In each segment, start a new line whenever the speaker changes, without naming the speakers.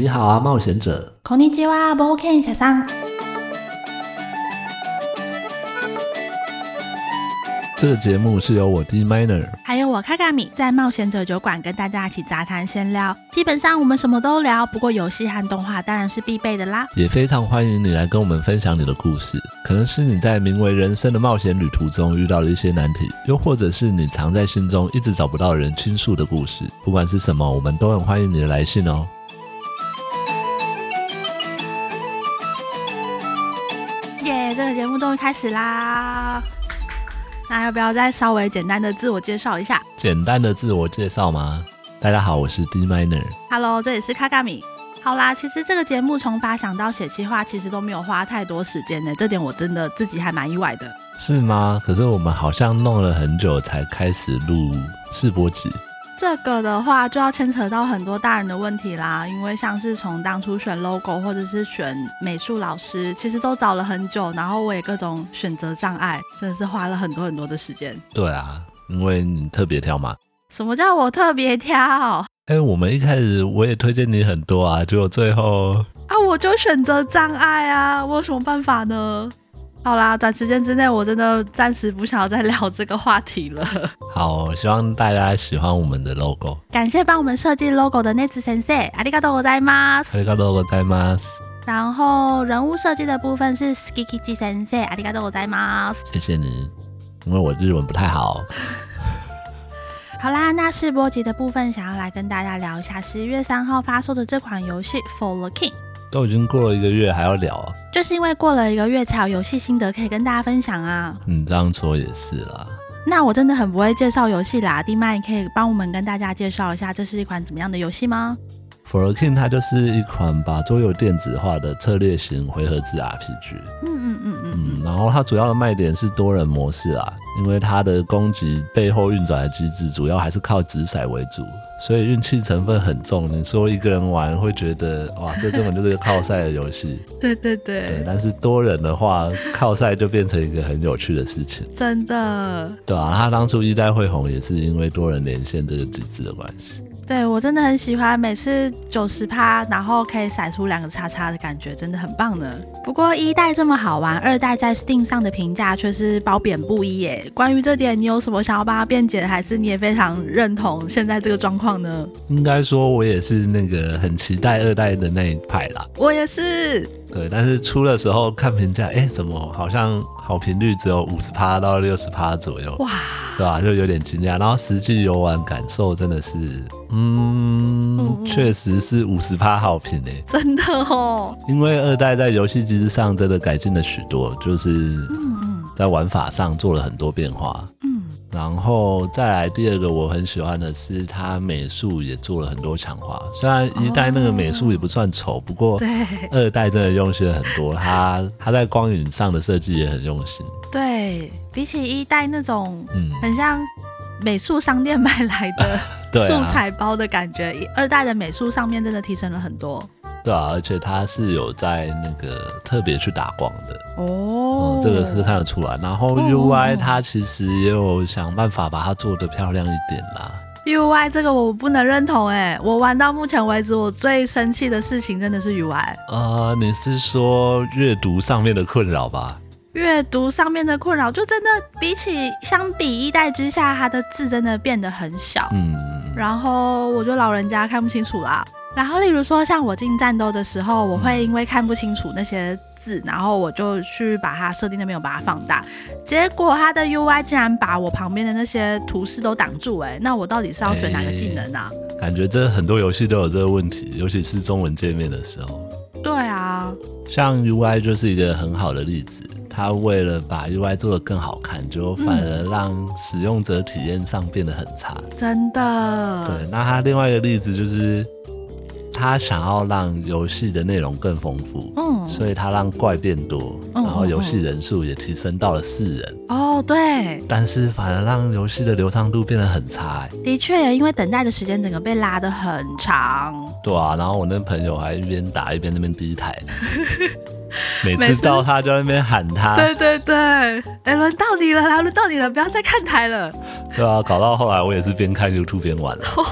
你好啊，冒险者！
こんにちは、冒険者さん。
这个节目是由我 D Minor
还有我卡卡米在冒险者酒馆跟大家一起杂谈闲聊，基本上我们什么都聊，不过游戏和动画当然是必备的啦。
也非常欢迎你来跟我们分享你的故事，可能是你在名为人生的冒险旅途中遇到的一些难题，又或者是你藏在心中一直找不到人倾诉的故事。不管是什么，我们都很欢迎你的来信哦。
耶、这个节目终于开始啦！那要不要再稍微简单的自我介绍一下
简单的自我介绍吗？大家好，我是 D Minor。
？Hello，这里是卡卡米。好啦，其实这个节目从发想到写企划，其实都没有花太多时间呢，这点我真的自己还蛮意外的。
是吗？可是我们好像弄了很久才开始录试播集。
这个的话就要牵扯到很多大人的问题啦，因为像是从当初选 logo 或者是选美术老师，其实都找了很久，然后我也各种选择障碍，真的是花了很多很多的时间。
对啊，因为你特别挑嘛。
什么叫我特别挑 啊？
哎、我们一开始我也推荐你很多啊，结果最后
我就选择障碍啊，我有什么办法呢？好啦，短时间之内我真的暂时不想要再聊这个话题了。
好，希望大家喜欢我们的 logo。
感谢帮我们设计 logo 的 Nets 先生，ありがとうございます。
ありがとうございます，
然后人物设计的部分是 Skiki 先生，ありがとうございます。
谢谢你，因为我日文不太好。
好啦，那试播集的部分，想要来跟大家聊一下十一月三号发售的这款游戏《For the King》，
都已经过了一个月还要聊啊，
就是因为过了一个月才有游戏心得可以跟大家分享啊。
你嗯这样说也是啦。
那我真的很不会介绍游戏啦，弟麦，你可以帮我们跟大家介绍一下这是一款怎么样的游戏吗？
For the King 它就是一款把桌游电子化的策略型回合制 RPG。
嗯嗯嗯嗯
嗯，然后它主要的卖点是多人模式啊，因为它的攻击背后运转的机制主要还是靠掷骰为主，所以运气成分很重。你说一个人玩会觉得哇，这根本就是个靠赛的游戏，
对对
对
对。，
但是多人的话，靠赛就变成一个很有趣的事情，
真的，
对啊，他当初一代会红也是因为多人连线这个机制的关系。
对我真的很喜欢，每次九十趴，然后可以甩出两个叉叉的感觉，真的很棒呢。不过一代这么好玩，二代在 Steam 上的评价却是褒贬不一耶。关于这点，你有什么想要帮他辩解的，还是你也非常认同现在这个状况呢？
应该说，我也是那个很期待二代的那一派啦。
我也是，
对，但是出的时候看评价，哎，怎么好像好评率只有五十趴到六十趴左右，
哇，
对吧、就有点惊讶。然后实际游玩感受真的是，嗯
嗯，
确实是五十趴好评诶、
真的哦，
因为二代在游戏机制上真的改进了许多，就是
嗯嗯
在玩法上做了很多变化。
嗯，
然后再来第二个我很喜欢的是，它美术也做了很多强化。虽然一代那个美术也不算丑，不过
对
二代真的用心了很多，它它在光影上的设计也很用心。
对，比起一代那种
嗯，
很像美术商店买来的
对
素
啊，
材包的感觉，一二代的美术上面真的提升了很多。
对啊，而且它是有在那个特别去打光的，
哦
嗯，这个是看得出来。然后
哦
UI 它其实也有想办法把它做得漂亮一点啦。
UI 这个我不能认同哎、我玩到目前为止，我最生气的事情真的是 UI
呃，你是说阅读上面的困扰吧？
阅读上面的困扰，就真的比起相比一代之下，它的字真的变得很小，
嗯，
然后我就老人家看不清楚啦。然后例如说像我进战斗的时候，我会因为看不清楚那些。字，然后我就去把它设定那边有把它放大，结果它的 UI 竟然把我旁边的那些图示都挡住、哎，那我到底是要选哪个技能啊？
感觉这很多游戏都有这个问题，尤其是中文界面的时候。
对啊，
像 UI 就是一个很好的例子，它为了把 UI 做得更好看，就
嗯
反而让使用者体验上变得很差。
真的，
对，那它另外一个例子就是，它想要让游戏的内容更丰富，
嗯，
所以它让怪变多，
嗯
然后
嗯
游戏人数也提升到了四人，
哦，对，
但是反而让游戏的流畅度变得很差、欸。
的确，因为等待的时间整个被拉得很长，
对啊，然后我那朋友还一边打一边那边低 台，每
每
次
次
到他就在那边喊他，
对对对，哎，轮到你了啦，轮到你了，不要再看台了。
对啊，搞到后来我也是边看 YouTube 边玩了。
啊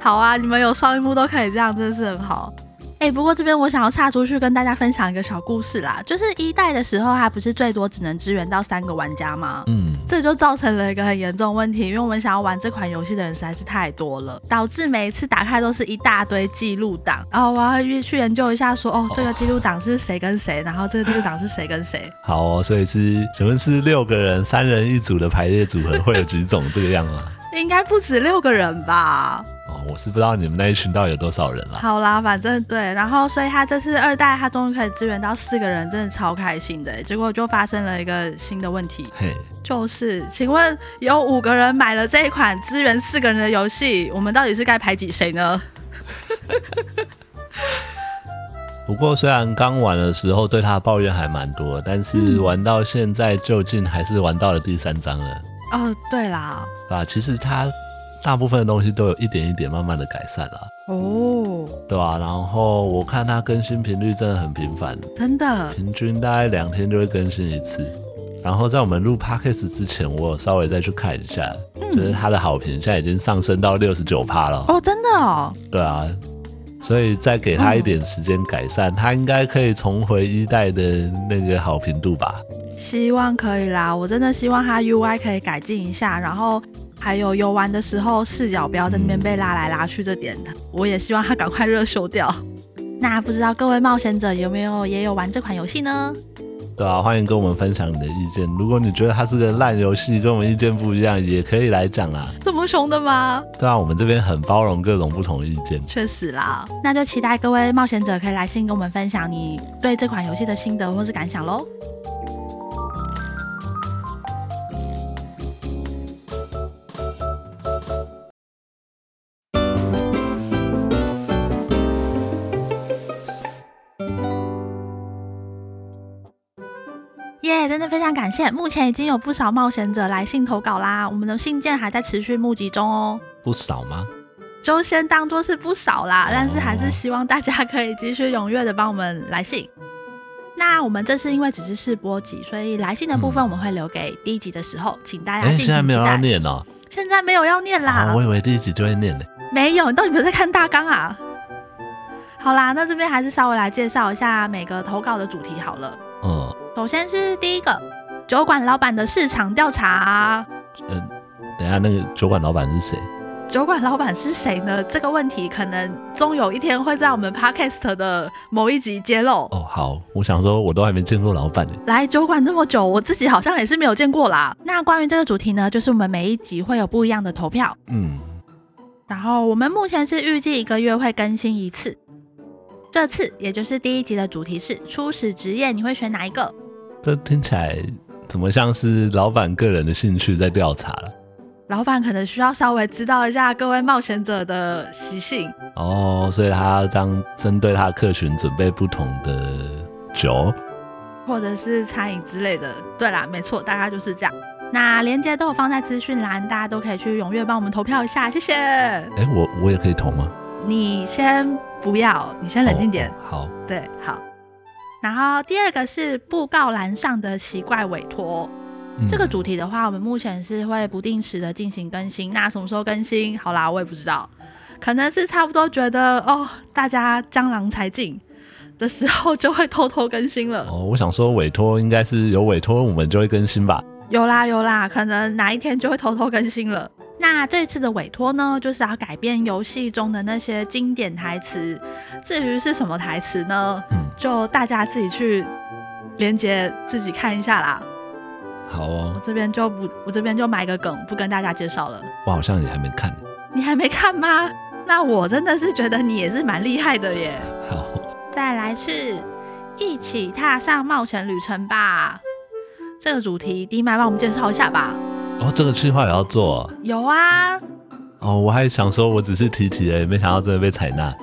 好啊，你们有双荧幕都可以这样，真的是很好。哎、不过这边我想要岔出去跟大家分享一个小故事啦，就是一代的时候，它不是最多只能支援到三个玩家吗？
嗯，
这就造成了一个很严重的问题，因为我们想要玩这款游戏的人实在是太多了，导致每一次打开都是一大堆记录档。然后我要去研究一下说，哦，这个记录档是谁跟谁，然后这个记录档是谁跟谁。
好哦，所以是请问是六个人三人一组的排列组合会有几种这个样吗？
应该不止六个人吧？
哦，我是不知道你们那一群到底有多少人啊啦。
好啦，反正对，然后所以他这次二代，他终于可以支援到四个人，真的超开心的。结果就发生了一个新的问题，
嘿，
就是请问有五个人买了这一款支援四个人的游戏，我们到底是该排挤谁呢？
不过虽然刚玩的时候对他抱怨还蛮多的，但是玩到现在究竟还是玩到了第三章了，
哦，对啦，
对吧？其实他大部分的东西都有一点一点慢慢的改善了，
哦，
对吧？然后我看他更新频率真的很频繁，
真的，
平均大概两天就会更新一次。然后在我们录 podcast 之前，我有稍微再去看一下，就是他的好评现在已经上升到六十九趴了。
嗯哦，真的哦，
对啊，所以再给他一点时间改善，他应该可以重回一代的那个好评度吧？
希望可以啦，我真的希望它 UI 可以改进一下，然后还有游玩的时候视角不要在那边被拉来拉去，这点我也希望它赶快热 修掉。那不知道各位冒险者有没有也有玩这款游戏呢？
对啊，欢迎跟我们分享你的意见。如果你觉得它是个烂游戏，跟我们意见不一样，也可以来讲啦。
这么凶的吗？
对啊，我们这边很包容各种不同意见。
确实啦，那就期待各位冒险者可以来信跟我们分享你对这款游戏的心得或是感想喽。耶真的非常感谢，目前已经有不少冒险者来信投稿啦，我们的信件还在持续募集中哦。
不少吗？
就先当做是不少
哦
啦，但是还是希望大家可以继续踊跃的帮我们来信。那我们这次因为只是试播集，所以来信的部分
嗯
我们会留给第一集的时候，请大家
哎，
敬请
现在没
期
有
待。哦
要念哦、
现在没有要念啦，
啊我以为第一集就会念呢。
没有，你到底有没有在看大纲啊？好啦，那这边还是稍微来介绍一下每个投稿的主题好了。
嗯
首先是第一个，酒馆老板的市场调查。
嗯、等一下那个酒馆老板是谁？
酒馆老板是谁呢？这个问题可能终有一天会在我们 podcast 的某一集揭露。
哦，好，我想说我都还没见过老板呢。
来酒馆这么久，我自己好像也是没有见过啦。那关于这个主题呢，就是我们每一集会有不一样的投票，
嗯，
然后我们目前是预计一个月会更新一次。这次也就是第一集的主题是初始职业，你会选哪一个？
这听起来怎么像是老板个人的兴趣在调查了？
老板可能需要稍微知道一下各位冒险者的习性，
哦，所以他当针对他的客群准备不同的酒。
或者是餐饮之类的。对啦，没错，大概就是这样。那连接都有放在资讯栏，大家都可以去踊跃帮我们投票一下，谢谢。
哎、我我也可以投吗？
你先不要，你先冷静点。
哦好，
对，好。然后第二个是布告栏上的奇怪委托。
嗯
这个主题的话，我们目前是会不定时的进行更新。那什么时候更新？好啦，我也不知道，可能是差不多觉得哦，大家江郎才尽的时候，就会偷偷更新了。
哦，我想说委托应该是有委托，我们就会更新吧。
有啦有啦，可能哪一天就会偷偷更新了。那这次的委托呢，就是要改变游戏中的那些经典台词。至于是什么台词呢？
嗯
就大家自己去连接自己看一下啦。
好
我
哦，
这边就不，我这边就埋个梗，不跟大家介绍了。
我好像也还没看。
你还没看吗？那我真的是觉得你也是蛮厉害的耶。
好，
再来是一起踏上冒险旅程吧。这个主题，迪麦帮我们介绍一下吧。
哦，这个计划也要做哦
有啊，
哦。我还想说我只是提提而已，没想到真的被采纳。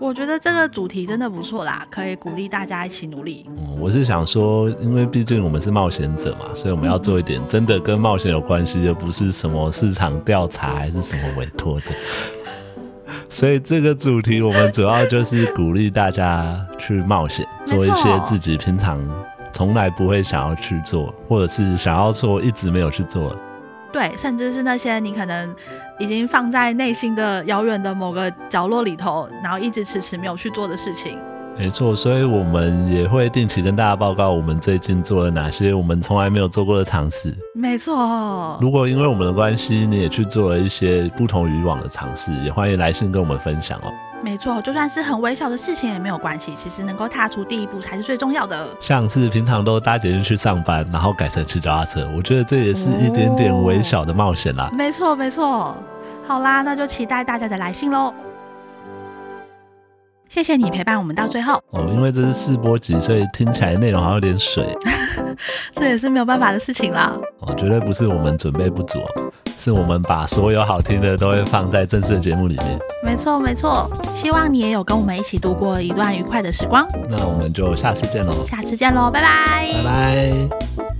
我觉得这个主题真的不错啦，可以鼓励大家一起努力。
嗯，我是想说，因为毕竟我们是冒险者嘛，所以我们要做一
嗯
点真的跟冒险有关系，而不是什么市场调查还是什么委托的。所以这个主题，我们主要就是鼓励大家去冒险，
没错
做一些自己平常从来不会想要去做，或者是想要做一直没有去做的。
对，甚至是那些你可能已经放在内心的遥远的某个角落里头，然后一直迟迟没有去做的事情。
没错，所以我们也会定期跟大家报告我们最近做了哪些我们从来没有做过的尝试。
没错，
如果因为我们的关系，你也去做了一些不同于以往的尝试，也欢迎来信跟我们分享哦。
没错，就算是很微小的事情也没有关系，其实能够踏出第一步才是最重要的。
像是平常都搭捷运去上班，然后改成骑脚踏车，我觉得这也是一点点微小的冒险啦。
没错，没错。好啦，那就期待大家的来信喽。谢谢你陪伴我们到最后，
哦，因为这是试播集，所以听起来内容好像有点水，
这也是没有办法的事情啦。
哦，绝对不是我们准备不足哦，是我们把所有好听的都会放在正式的节目里面。
没错，没错。希望你也有跟我们一起度过一段愉快的时光。
那我们就下次见喽，
下次见喽，拜拜
拜拜。